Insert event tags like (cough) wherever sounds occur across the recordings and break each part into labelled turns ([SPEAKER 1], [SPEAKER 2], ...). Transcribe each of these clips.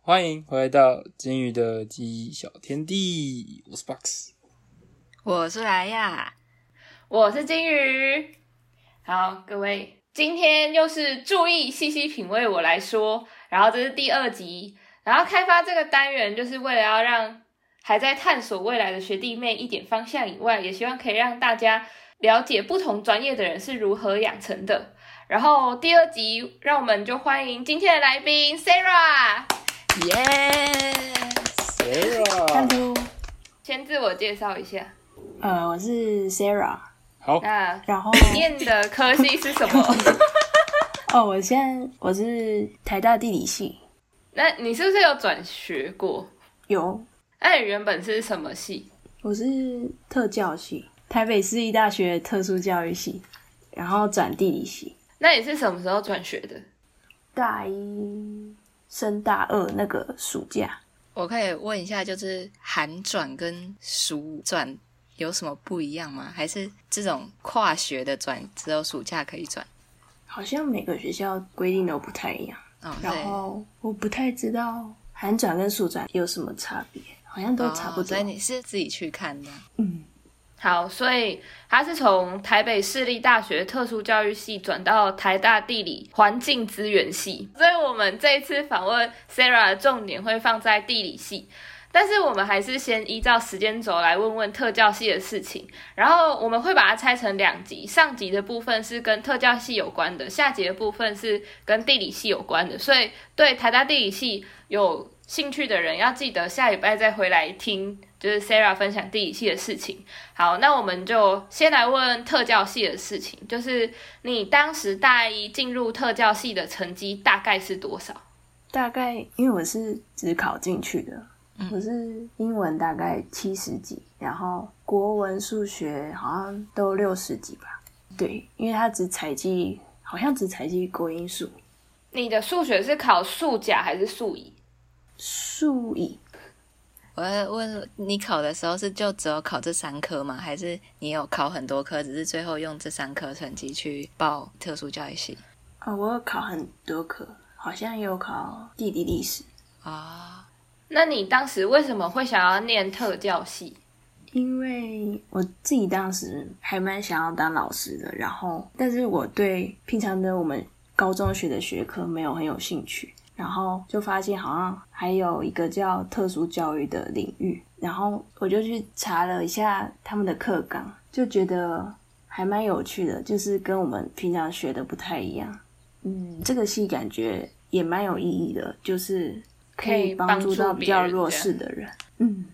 [SPEAKER 1] 欢迎回到金鱼的记忆小天地，我是 Box。
[SPEAKER 2] 我是莱亚，
[SPEAKER 3] 我是金鱼。好，各位，今天又是注意细细品味我来说，然后这是第二集，然后开发这个单元就是为了要让还在探索未来的学弟妹一点方向以外，也希望可以让大家了解不同专业的人是如何养成的。然后第二集，让我们就欢迎今天的来宾 Sarah，
[SPEAKER 2] 耶、
[SPEAKER 1] 谁啊？
[SPEAKER 4] Hello，
[SPEAKER 3] 先自我介绍一下，
[SPEAKER 4] 呃，我是 Sarah，
[SPEAKER 2] (laughs)
[SPEAKER 1] 好，
[SPEAKER 3] 那
[SPEAKER 4] 然后
[SPEAKER 3] 念的科系是什么？
[SPEAKER 4] 哦，我现在我是台大地理系，
[SPEAKER 3] 那你是不是有转学过？
[SPEAKER 4] 有，
[SPEAKER 3] 那你原本是什么系？
[SPEAKER 4] 我是特教系，台北市立大学特殊教育系，然后转地理系，
[SPEAKER 3] 那你是什么时候转学的？
[SPEAKER 4] 大一升大二那个暑假，
[SPEAKER 2] 我可以问一下，就是韩转跟暑转有什么不一样吗？还是这种跨学的转只有暑假可以转？
[SPEAKER 4] 好像每个学校规定都不太一样，
[SPEAKER 2] 哦，
[SPEAKER 4] 然后我不太知道韩转跟暑转有什么差别，好像
[SPEAKER 2] 对
[SPEAKER 4] 都差不
[SPEAKER 2] 哦
[SPEAKER 4] 多，
[SPEAKER 2] 所以你是自己去看的？
[SPEAKER 4] 嗯，
[SPEAKER 3] 好，所以他是从台北市立大学特殊教育系转到台大地理环境资源系，所以我们这一次访问 Sarah 的重点会放在地理系，但是我们还是先依照时间轴来问问特教系的事情，然后我们会把它拆成两集，上集的部分是跟特教系有关的，下集的部分是跟地理系有关的，所以对台大地理系有兴趣的人要记得下礼拜再回来听，就是 Sarah 分享地理系的事情。好，那我们就先来问特教系的事情，就是你当时大一进入特教系的成绩大概是多少？
[SPEAKER 4] 大概因为我是只考进去的，我是英文大概七十几，然后国文、数学好像都六十几吧。对，因为它只采集，好像只采集国英数、
[SPEAKER 3] 你的数学是考数甲还是数乙？
[SPEAKER 4] 数乙。
[SPEAKER 2] 我要问你考的时候是就只有考这三科吗？还是你有考很多科，只是最后用这三科成绩去报特殊教育系？
[SPEAKER 4] 啊、我有考很多科，好像有考地理、历史，
[SPEAKER 2] 哦，
[SPEAKER 3] 那你当时为什么会想要念特教系？
[SPEAKER 4] 因为我自己当时还蛮想要当老师的，然后但是我对平常的我们高中学的学科没有很有兴趣，然后就发现好像还有一个叫特殊教育的领域，然后我就去查了一下他们的课纲，就觉得还蛮有趣的，就是跟我们平常学的不太一样。嗯，这个系感觉也蛮有意义的，就是可
[SPEAKER 3] 可
[SPEAKER 4] 以
[SPEAKER 3] 以
[SPEAKER 4] 帮
[SPEAKER 3] 帮
[SPEAKER 4] 助
[SPEAKER 3] 助
[SPEAKER 4] 到比较
[SPEAKER 3] 别人
[SPEAKER 4] 弱
[SPEAKER 3] 这样
[SPEAKER 4] 势的人。嗯。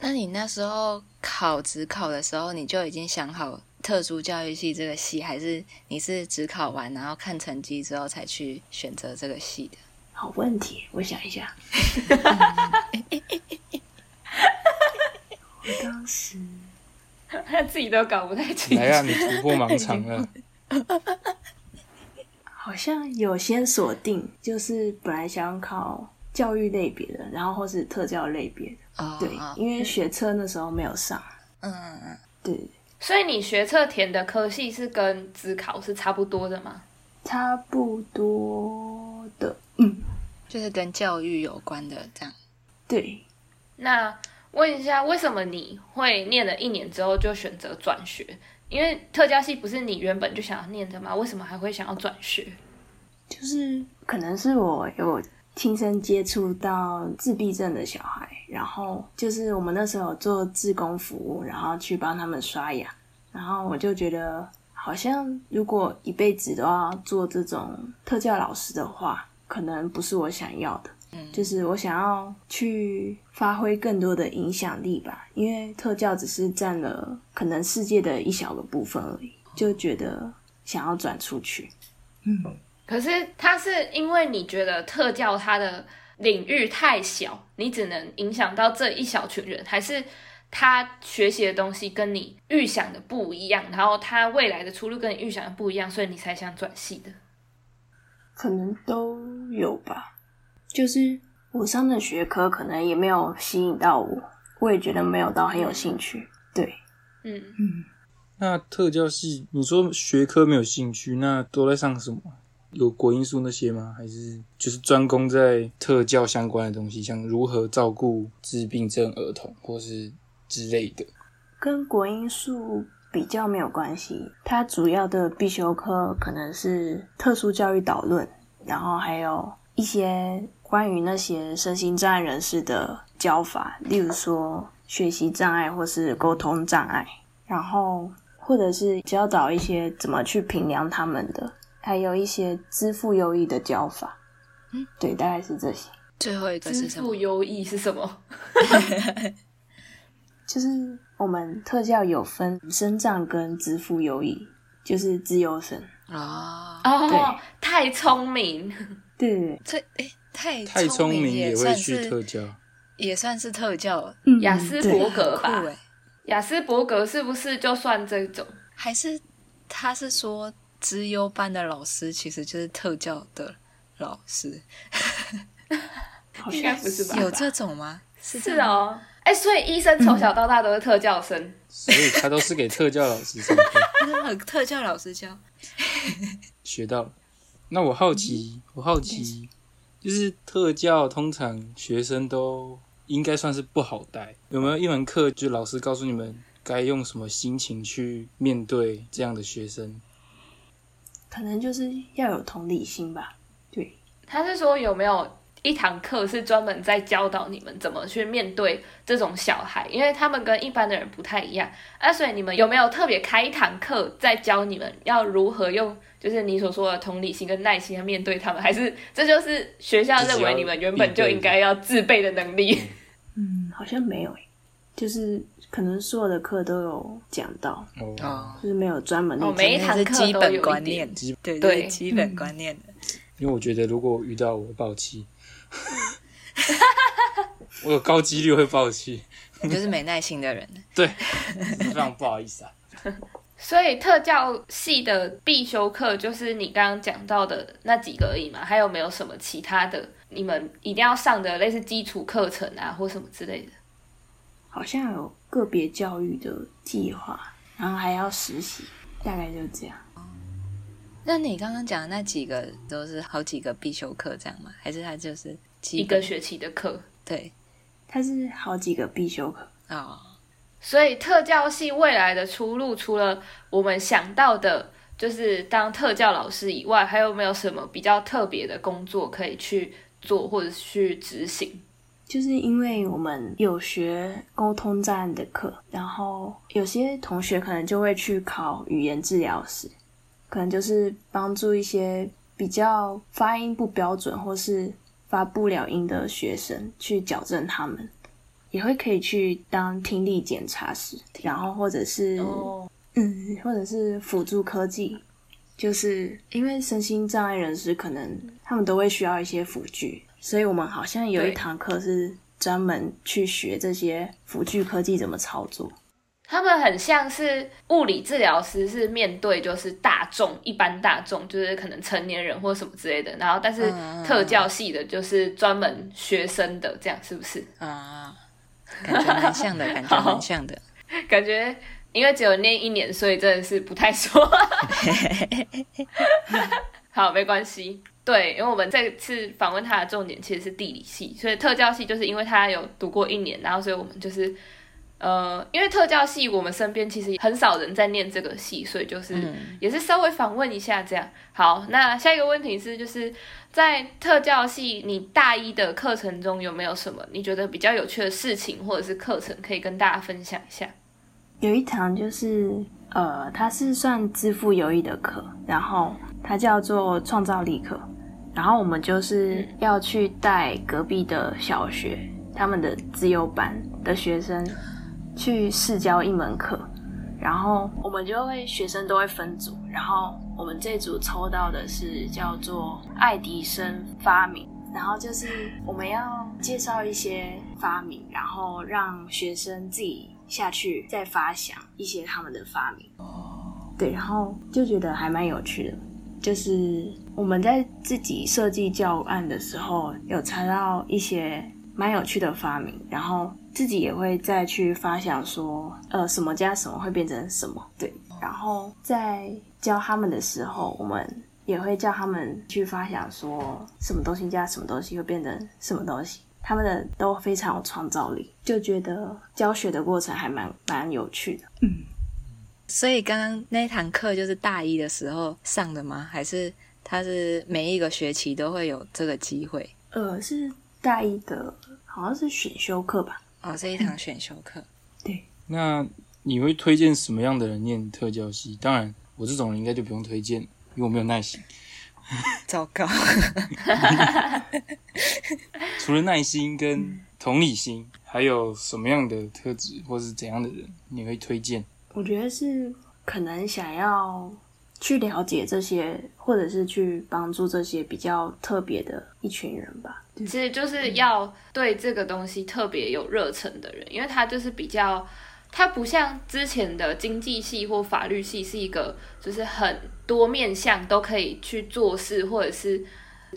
[SPEAKER 2] 那你那时候考职考的时候，你就已经想好特殊教育系这个系，还是你是只考完然后看成绩之后才去选择这个系的？
[SPEAKER 4] 好问题，我想一下。 (laughs) 我当时
[SPEAKER 3] 他 (laughs) 自己都搞不太清
[SPEAKER 1] 来
[SPEAKER 3] 楚。
[SPEAKER 1] 啊，你突破盲肠
[SPEAKER 2] (laughs)
[SPEAKER 1] 了。
[SPEAKER 4] (laughs) 好像有先锁定，就是本来想考教育类别的，然后或是特教类别的。
[SPEAKER 2] 哦，
[SPEAKER 4] 对，
[SPEAKER 2] 哦
[SPEAKER 4] 因为学测那时候没有上。
[SPEAKER 2] 嗯嗯嗯，
[SPEAKER 4] 对，
[SPEAKER 3] 所以你学测填的科系是跟职考是差不多的吗？
[SPEAKER 4] 差不多的。
[SPEAKER 2] 就是跟教育有关的这样。
[SPEAKER 4] 对，
[SPEAKER 3] 那问一下，为什么你会念了一年之后就选择转学？因为特教系不是你原本就想要念的吗？为什么还会想要转学？
[SPEAKER 4] 就是可能是我有亲身接触到自闭症的小孩，然后就是我们那时候有做志工服务，然后去帮他们刷牙，然后我就觉得好像如果一辈子都要做这种特教老师的话，可能不是我想要的。就是我想要去发挥更多的影响力吧，因为特教只是占了可能世界的一小个部分而已，就觉得想要转出去。
[SPEAKER 3] 可是他是因为你觉得特教它的领域太小，你只能影响到这一小群人，还是他学习的东西跟你预想的不一样，然后他未来的出路跟你预想的不一样，所以你才想转系的？
[SPEAKER 4] 可能都有吧。就是我上的学科可能也没有吸引到我，我也觉得没有到很有兴趣。对，
[SPEAKER 3] 嗯，
[SPEAKER 1] 那特教系，你说学科没有兴趣，那都在上什么？有国英数那些吗？还是就是专攻在特教相关的东西，像如何照顾致病症儿童或是之类的？
[SPEAKER 4] 跟国英数比较没有关系，它主要的必修课可能是特殊教育导论，然后还有一些关于那些身心障碍人士的教法，例如说学习障碍或是沟通障碍，然后或者是教导一些怎么去评量他们的，还有一些支付优异的教法。
[SPEAKER 2] 嗯，
[SPEAKER 4] 对，大概是这些。
[SPEAKER 2] 最后一个
[SPEAKER 3] 支
[SPEAKER 2] 是什么
[SPEAKER 3] 付？优异嗯是什么？
[SPEAKER 4] 就是我们特教有分生障跟支付优异，就是自由生。
[SPEAKER 2] 哦，
[SPEAKER 3] 哦
[SPEAKER 4] 对，
[SPEAKER 3] 太聪明，
[SPEAKER 4] 对对对，
[SPEAKER 2] 这诶太
[SPEAKER 1] 太聪明
[SPEAKER 2] 也
[SPEAKER 1] 会
[SPEAKER 2] 算
[SPEAKER 1] 去
[SPEAKER 2] 是
[SPEAKER 1] 特教，
[SPEAKER 2] 也算是特教，
[SPEAKER 4] 嗯
[SPEAKER 3] 雅思
[SPEAKER 4] 对
[SPEAKER 3] 伯格
[SPEAKER 2] 酷欸
[SPEAKER 3] 吧？
[SPEAKER 2] 诶，
[SPEAKER 3] 雅思伯格是不是就算这种？
[SPEAKER 2] 还是他是说资优班的老师其实就是特教的老师，
[SPEAKER 4] 好
[SPEAKER 3] 应
[SPEAKER 4] 像
[SPEAKER 3] 该不是吧？
[SPEAKER 2] 有这种吗？是这
[SPEAKER 3] 是
[SPEAKER 2] 样吗，
[SPEAKER 3] 哦，哎、所以医生从小到大都是特教生，
[SPEAKER 1] 所以他都是给特教老师上
[SPEAKER 2] (laughs)
[SPEAKER 1] 课。
[SPEAKER 2] 那个特教老师教
[SPEAKER 1] 学到了。那我好奇，我好奇，就是特教通常学生都应该算是不好带，有没有一门课就老师告诉你们该用什么心情去面对这样的学生？
[SPEAKER 4] 可能就是要有同理心吧。对，
[SPEAKER 3] 他是说有没有一堂课是专门在教导你们怎么去面对这种小孩，因为他们跟一般的人不太一样。啊，所以你们有没有特别开一堂课在教你们要如何用，就是你所说的同理心跟耐心来面对他们？还是这就是学校认为你们原本就应该要自备的能力？
[SPEAKER 4] 嗯，好像没有诶，就是可能所有的课都有讲到，
[SPEAKER 1] 哦，
[SPEAKER 2] 哦，
[SPEAKER 4] 就是没有专门的。
[SPEAKER 3] 哦没每一堂
[SPEAKER 2] 是
[SPEAKER 3] 课
[SPEAKER 2] 基
[SPEAKER 3] 都有
[SPEAKER 2] 本
[SPEAKER 3] 一
[SPEAKER 2] 观
[SPEAKER 3] 点
[SPEAKER 2] 念，
[SPEAKER 1] 基
[SPEAKER 2] 对嗯
[SPEAKER 3] 对
[SPEAKER 2] 对，基本观念的。
[SPEAKER 1] 因为我觉得如果我遇到我会爆气， (laughs) 我有高几率会爆气，
[SPEAKER 2] (laughs)
[SPEAKER 1] (laughs)
[SPEAKER 2] 你就是没耐心的人，
[SPEAKER 1] 对，非常不好意思啊。
[SPEAKER 3] 所以特教系的必修课就是你刚刚讲到的那几个而已嘛，还有没有什么其他的你们一定要上的类似基础课程啊，或什么之类的？
[SPEAKER 4] 好像有个别教育的计划，然后还要实习，大概就这样。
[SPEAKER 2] 那你刚刚讲的那几个都是好几个必修课这样吗？还是它就是基
[SPEAKER 3] 一个
[SPEAKER 2] 本
[SPEAKER 3] 学期的课，
[SPEAKER 2] 对
[SPEAKER 4] 它是好几个必修课，
[SPEAKER 2] 哦，
[SPEAKER 3] 所以特教系未来的出路，除了我们想到的，就是当特教老师以外，还有没有什么比较特别的工作可以去做或者是去执行？
[SPEAKER 4] 就是因为我们有学沟通障碍的课，然后有些同学可能就会去考语言治疗师，可能就是帮助一些比较发音不标准或是发不了音的学生去矫正他们，也会可以去当听力检查师，然后或者是、
[SPEAKER 3] 哦，
[SPEAKER 4] 嗯，或者是辅助科技，就是因为身心障碍人士可能他们都会需要一些辅具，所以我们好像有
[SPEAKER 3] 对
[SPEAKER 4] 一堂课是专门去学这些辅具科技怎么操作。
[SPEAKER 3] 他们很像是物理治疗师，是面对就是大众、一般大众，就是可能成年人或什么之类的。然后，但是
[SPEAKER 2] 嗯嗯嗯
[SPEAKER 3] 特教系的就是专门学生的，这样是不是？
[SPEAKER 2] 啊，感觉蛮像的， (laughs) 感觉蛮像的。
[SPEAKER 3] 感觉因为只有念一年，所以真的是不太说。好，没关系。对，因为我们这次访问他的重点其实是地理系，所以特教系就是因为他有读过一年，然后所以我们就是呃，因为特教系我们身边其实很少人在念这个系，所以就是也是稍微访问一下这样。好，那下一个问题是，就是在特教系你大一的课程中有没有什么你觉得比较有趣的事情或者是课程可以跟大家分享一下？
[SPEAKER 4] 有一堂就是呃，它是算自负有益的课，然后它叫做创造力课，然后我们就是要去带隔壁的小学他们的自由班的学生去试教一门课，然后我们就会学生都会分组，然后我们这组抽到的是叫做爱迪生发明。然后就是我们要介绍一些发明，然后让学生自己下去再发想一些他们的发明。对，然后就觉得还蛮有趣的。就是我们在自己设计教案的时候，有查到一些蛮有趣的发明，然后自己也会再去发想说，呃，什么加什么会变成什么。对，然后在教他们的时候，我们也会叫他们去发想说什么东西加什么东西会变成什么东西，他们的都非常有创造力，就觉得教学的过程还蛮蛮有趣的。
[SPEAKER 2] 所以刚刚那一堂课就是大一的时候上的吗？还是他是每一个学期都会有这个机会？
[SPEAKER 4] 呃，是大一的，好像是选修课吧。
[SPEAKER 2] 哦，这一堂选修课，
[SPEAKER 1] 那你会推荐什么样的人念特教系？当然，我这种人应该就不用推荐，因为我没有耐心。
[SPEAKER 2] (laughs) 糟糕，
[SPEAKER 1] 除了耐心
[SPEAKER 2] 嗯
[SPEAKER 1] 跟同理心，还有什么样的特质或是怎样的人你会推荐？
[SPEAKER 4] 我觉得是可能想要去了解这些，或者是去帮助这些比较特别的一群人吧。
[SPEAKER 3] 其实就是要对这个东西特别有热忱的人，因为他就是比较，他不像之前的经济系或法律系是一个就是很多面向都可以去做事或者是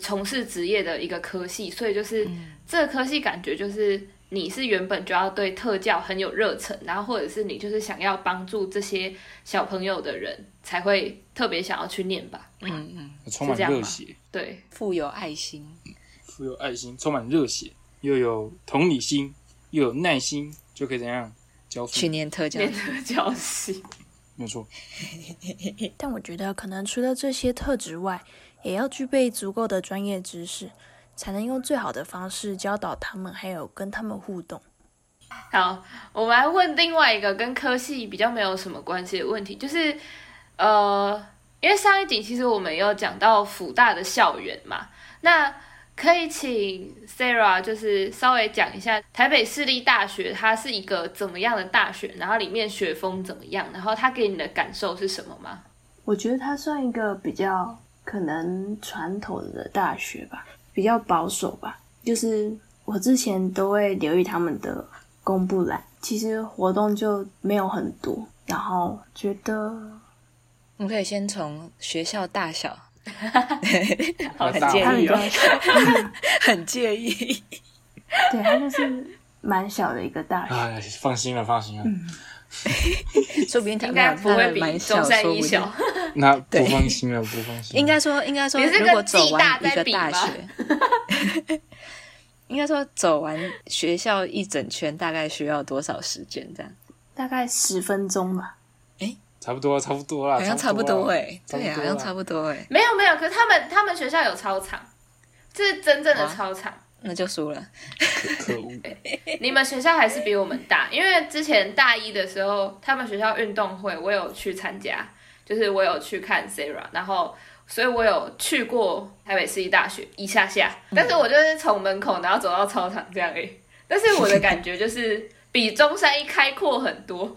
[SPEAKER 3] 从事职业的一个科系，所以就是这个科系感觉就是你是原本就要对特教很有热忱，然后或者是你就是想要帮助这些小朋友的人才会特别想要去念吧，
[SPEAKER 2] 嗯嗯，
[SPEAKER 1] 充满
[SPEAKER 3] 是这样吗
[SPEAKER 1] 热血，
[SPEAKER 3] 对。
[SPEAKER 2] 富有爱心，
[SPEAKER 1] 富有爱心，充满热血，又有同理心，又有耐心，就可以怎样教
[SPEAKER 2] 去
[SPEAKER 1] 出？
[SPEAKER 2] 念特教，
[SPEAKER 3] 念特教系，
[SPEAKER 1] 没有错，
[SPEAKER 5] 但我觉得可能除了这些特质外，也要具备足够的专业知识，才能用最好的方式教导他们，还有跟他们互动。
[SPEAKER 3] 好，我们来问另外一个跟科系比较没有什么关系的问题，就是呃，因为上一集其实我们有讲到辅大的校园嘛，那可以请 Sarah 就是稍微讲一下台北市立大学它是一个怎么样的大学，然后里面学风怎么样，然后它给你的感受是什么吗？
[SPEAKER 4] 我觉得它算一个比较可能传统的大学吧，比较保守吧。就是我之前都会留意他们的公布栏，其实活动就没有很多，然后觉得
[SPEAKER 2] 我们可以先从学校大小，
[SPEAKER 1] 好
[SPEAKER 2] 很
[SPEAKER 1] 大
[SPEAKER 2] 介
[SPEAKER 4] 他
[SPEAKER 2] 意
[SPEAKER 4] 们
[SPEAKER 2] 哦
[SPEAKER 3] 啊
[SPEAKER 4] 就，
[SPEAKER 2] 很介意，
[SPEAKER 4] 对它就是蛮小的一个大学。
[SPEAKER 1] (laughs) 哎，放心了，放心
[SPEAKER 2] 嗯
[SPEAKER 1] 了，
[SPEAKER 2] 说不定他
[SPEAKER 3] 应该不会比
[SPEAKER 2] 蛮
[SPEAKER 3] 中山
[SPEAKER 2] 说
[SPEAKER 3] 一
[SPEAKER 2] 不
[SPEAKER 3] 小
[SPEAKER 2] 定，。
[SPEAKER 1] 那不
[SPEAKER 2] 对
[SPEAKER 1] 放心了，不放心了，
[SPEAKER 2] 应该说，应该说，
[SPEAKER 3] 你是跟
[SPEAKER 2] 如果走
[SPEAKER 3] 暨大
[SPEAKER 2] 完一
[SPEAKER 3] 在
[SPEAKER 2] 个
[SPEAKER 3] 比
[SPEAKER 2] 大
[SPEAKER 3] 吗
[SPEAKER 2] 学，
[SPEAKER 3] (laughs)
[SPEAKER 2] 应该说走完学校一整圈大概需要多少时间？这样
[SPEAKER 4] 大概十分钟吧。
[SPEAKER 1] 差不多啊，差不多啦，
[SPEAKER 2] 好像差不
[SPEAKER 1] 多
[SPEAKER 2] 多
[SPEAKER 1] 啦
[SPEAKER 2] 哎、对啊，好像
[SPEAKER 1] 多
[SPEAKER 2] 差
[SPEAKER 1] 啦。
[SPEAKER 2] 不多哎、
[SPEAKER 3] (laughs) 没有没有，可是他们他们学校有操场，这是真正的
[SPEAKER 2] 啊
[SPEAKER 3] 操场。
[SPEAKER 2] 那就输了。哎
[SPEAKER 1] 可恶，
[SPEAKER 3] 你们学校还是比我们大，因为之前大一的时候，他们学校运动会我有去参加，就是我有去看 Sarah，然后所以我有去过台北市立大学一下下，
[SPEAKER 2] 嗯
[SPEAKER 3] 但是我就是从门口然后走到操场这样而已。但是我的感觉就是比中山一开阔很多，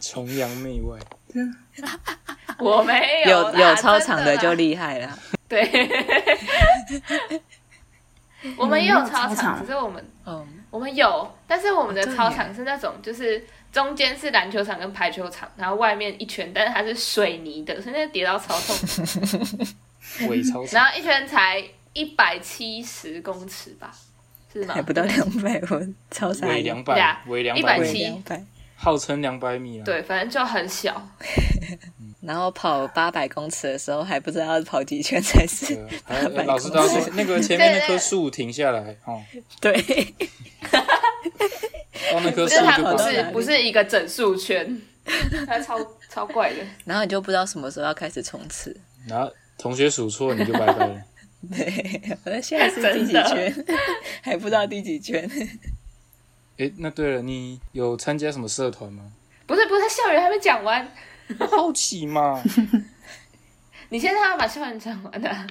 [SPEAKER 1] 崇洋媚
[SPEAKER 2] (laughs)
[SPEAKER 1] 外，
[SPEAKER 3] 我没
[SPEAKER 2] 有
[SPEAKER 3] 啦
[SPEAKER 2] 有操场的就
[SPEAKER 3] 真啦
[SPEAKER 2] 厉害了。 (laughs)
[SPEAKER 3] 对。 (laughs) 我们也有
[SPEAKER 4] 你们没有
[SPEAKER 3] 操
[SPEAKER 4] 操场
[SPEAKER 3] 场，只是我们
[SPEAKER 2] 嗯，
[SPEAKER 3] 我们有，但是我们的
[SPEAKER 2] 哦对耶
[SPEAKER 3] 操场是那种，就是中间是篮球场跟排球场，然后外面一圈，但是它是水泥的，所以那跌到超痛。
[SPEAKER 1] 伪超
[SPEAKER 2] (laughs)
[SPEAKER 3] 然后一圈才一百七十公尺吧，是吗
[SPEAKER 2] 还？不到两百分，超傻
[SPEAKER 1] 伪
[SPEAKER 2] 眼。
[SPEAKER 1] 两
[SPEAKER 3] 对
[SPEAKER 1] 百
[SPEAKER 3] 啊，
[SPEAKER 1] 伪两
[SPEAKER 3] 170
[SPEAKER 1] 百
[SPEAKER 2] 伪
[SPEAKER 1] 米，
[SPEAKER 2] 两百，
[SPEAKER 1] 号称两百米啊。，
[SPEAKER 3] 对，反正就很小。
[SPEAKER 2] 然后跑八百公尺的时候还不知道要跑几圈才
[SPEAKER 1] (laughs)
[SPEAKER 2] 是
[SPEAKER 1] 对啊还
[SPEAKER 2] 八
[SPEAKER 1] 有
[SPEAKER 2] 百
[SPEAKER 1] 老
[SPEAKER 2] 公
[SPEAKER 1] 师
[SPEAKER 2] 尺。
[SPEAKER 1] 都要说那个前面那
[SPEAKER 3] 对
[SPEAKER 1] 棵树停下来哦，
[SPEAKER 2] 对，
[SPEAKER 1] 到那棵树
[SPEAKER 3] 就是哦它
[SPEAKER 1] 就把
[SPEAKER 3] 不
[SPEAKER 2] 到
[SPEAKER 3] 是
[SPEAKER 2] 哪里
[SPEAKER 3] 不是一个整数 (laughs) 圈，它超超怪的。
[SPEAKER 2] 然后你就不知道什么时候要开始冲刺。
[SPEAKER 1] (laughs) 然后同学数错你就拜拜了。 (laughs)
[SPEAKER 2] (laughs) 对，我现在是第几圈， (laughs) 还不知道第几圈。
[SPEAKER 1] 诶，那对了，你有参加什么社团吗？
[SPEAKER 3] 不是不是，校园还没讲完，
[SPEAKER 1] 好奇嘛，
[SPEAKER 3] 你现在要把校园讲完啊。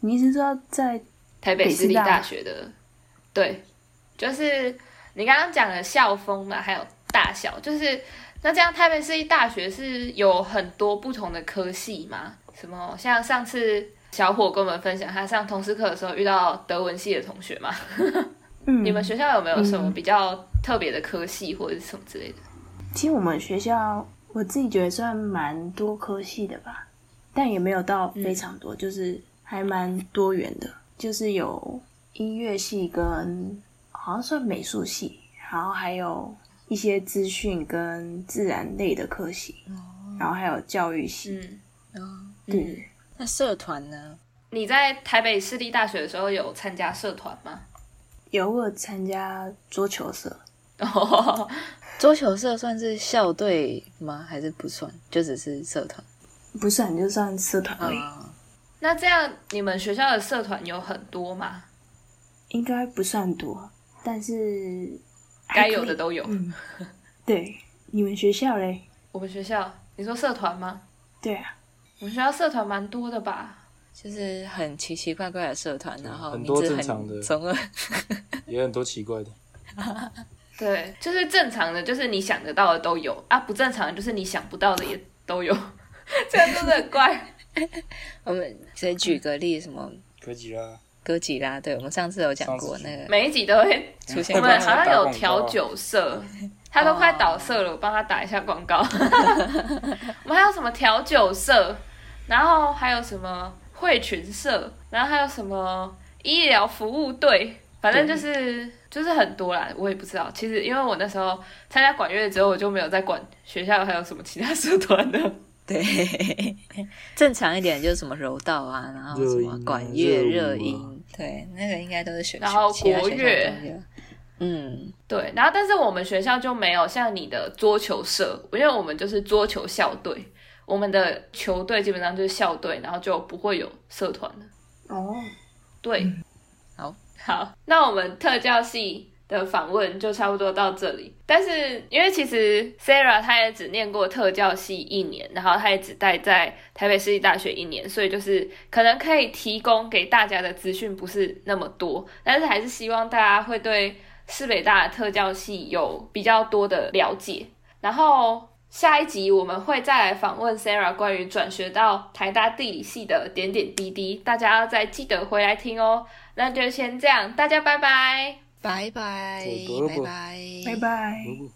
[SPEAKER 4] 你是说在
[SPEAKER 3] 台北私立大学的，对，就是你刚刚讲的校风嘛，还有大小，就是那这样台北市立大学是有很多不同的科系嘛？什么像上次小伙跟我们分享，他上通识课的时候遇到德文系的同学嘛？
[SPEAKER 4] 嗯
[SPEAKER 3] 你们学校有没有什么比较特别的科系或者是什么之类的？
[SPEAKER 4] 其实我们学校我自己觉得算蛮多科系的吧，但也没有到非常
[SPEAKER 3] 嗯
[SPEAKER 4] 多，就是还蛮多元的，就是有音乐系跟好像算美术系，然后还有一些资讯跟自然类的科系，然后还有教育系，
[SPEAKER 3] 哦嗯，
[SPEAKER 2] 哦
[SPEAKER 4] 对，
[SPEAKER 2] (laughs) 那社团呢？
[SPEAKER 3] 你在台北市立大学的时候有参加社团吗？ (laughs)
[SPEAKER 4] 有我参加桌球社，
[SPEAKER 3] 哦，
[SPEAKER 2] 桌球社算是校队吗？还是不算？就只是社团
[SPEAKER 4] 不是很就算社团
[SPEAKER 1] 哎
[SPEAKER 4] 而已，
[SPEAKER 2] 啊？
[SPEAKER 3] 那这样你们学校的社团有很多吗？
[SPEAKER 4] 应该不算多，但是
[SPEAKER 3] 该
[SPEAKER 4] 还可
[SPEAKER 3] 有的
[SPEAKER 4] 以
[SPEAKER 3] 都有。
[SPEAKER 4] 嗯，对，你们学校嘞？
[SPEAKER 3] 我们学校，你说社团吗？
[SPEAKER 4] 对啊，
[SPEAKER 3] 我们学校社团蛮多的吧？
[SPEAKER 2] 就是很奇奇怪怪的社团，然后
[SPEAKER 1] 很
[SPEAKER 2] 名
[SPEAKER 1] 多
[SPEAKER 2] 字
[SPEAKER 1] 正
[SPEAKER 2] 很
[SPEAKER 1] 常的
[SPEAKER 2] 中二，
[SPEAKER 1] (laughs)
[SPEAKER 2] (laughs)
[SPEAKER 1] 也很多奇怪的。
[SPEAKER 3] 对，就是正常的，就是你想得到的都有啊，不正常的就是你想不到的也都有。 (laughs) 这个真的很怪。
[SPEAKER 2] 我们所以举个例，什么
[SPEAKER 1] 可以啦，
[SPEAKER 2] 哥吉拉，对我们上次有讲过
[SPEAKER 1] 上次
[SPEAKER 2] 那个
[SPEAKER 3] 每一集都会，
[SPEAKER 2] 出现
[SPEAKER 3] 我
[SPEAKER 2] 过
[SPEAKER 3] 们
[SPEAKER 1] 那
[SPEAKER 3] 好
[SPEAKER 1] 打
[SPEAKER 3] 像
[SPEAKER 1] 广
[SPEAKER 3] 有
[SPEAKER 1] 告
[SPEAKER 3] 调酒社，他都快倒社了，我帮他打一下广
[SPEAKER 1] (laughs)
[SPEAKER 3] 告。我们还有什么调酒社，然后还有什么会群社，然后还有什么医疗服务队，反正就是就是很多啦，我也不知道。其实因为我那时候参加管乐之后，我就没有再管学校还有什么其他社团了。
[SPEAKER 1] (laughs)
[SPEAKER 2] 对，正常一点就是什么柔道啊，然后什么管乐、热
[SPEAKER 1] 热音啊
[SPEAKER 2] 音，对，那个应该都是学，
[SPEAKER 3] 然后
[SPEAKER 2] 其他
[SPEAKER 3] 国
[SPEAKER 2] 学校
[SPEAKER 3] 乐
[SPEAKER 2] 都有，嗯，
[SPEAKER 3] 对，然后但是我们学校就没有像你的桌球社，因为我们就是桌球校队，我们的球队基本上就是校队，然后就不会有社团了。
[SPEAKER 4] 哦，
[SPEAKER 3] 对，
[SPEAKER 2] 好，
[SPEAKER 3] 好， (laughs) 那我们特教系的访问就差不多到这里。但是因为其实 Sarah 她也只念过特教系一年，然后她也只待在台北市立大学一年，所以就是可能可以提供给大家的资讯不是那么多，但是还是希望大家会对市北大的特教系有比较多的了解。然后下一集我们会再来访问 Sarah 关于转学到台大地理系的点点滴滴，大家要再记得回来听哦。那就先这样，大家拜拜。
[SPEAKER 2] 拜拜
[SPEAKER 1] 对，拜拜
[SPEAKER 2] 拜拜，
[SPEAKER 4] 拜拜。
[SPEAKER 1] 如果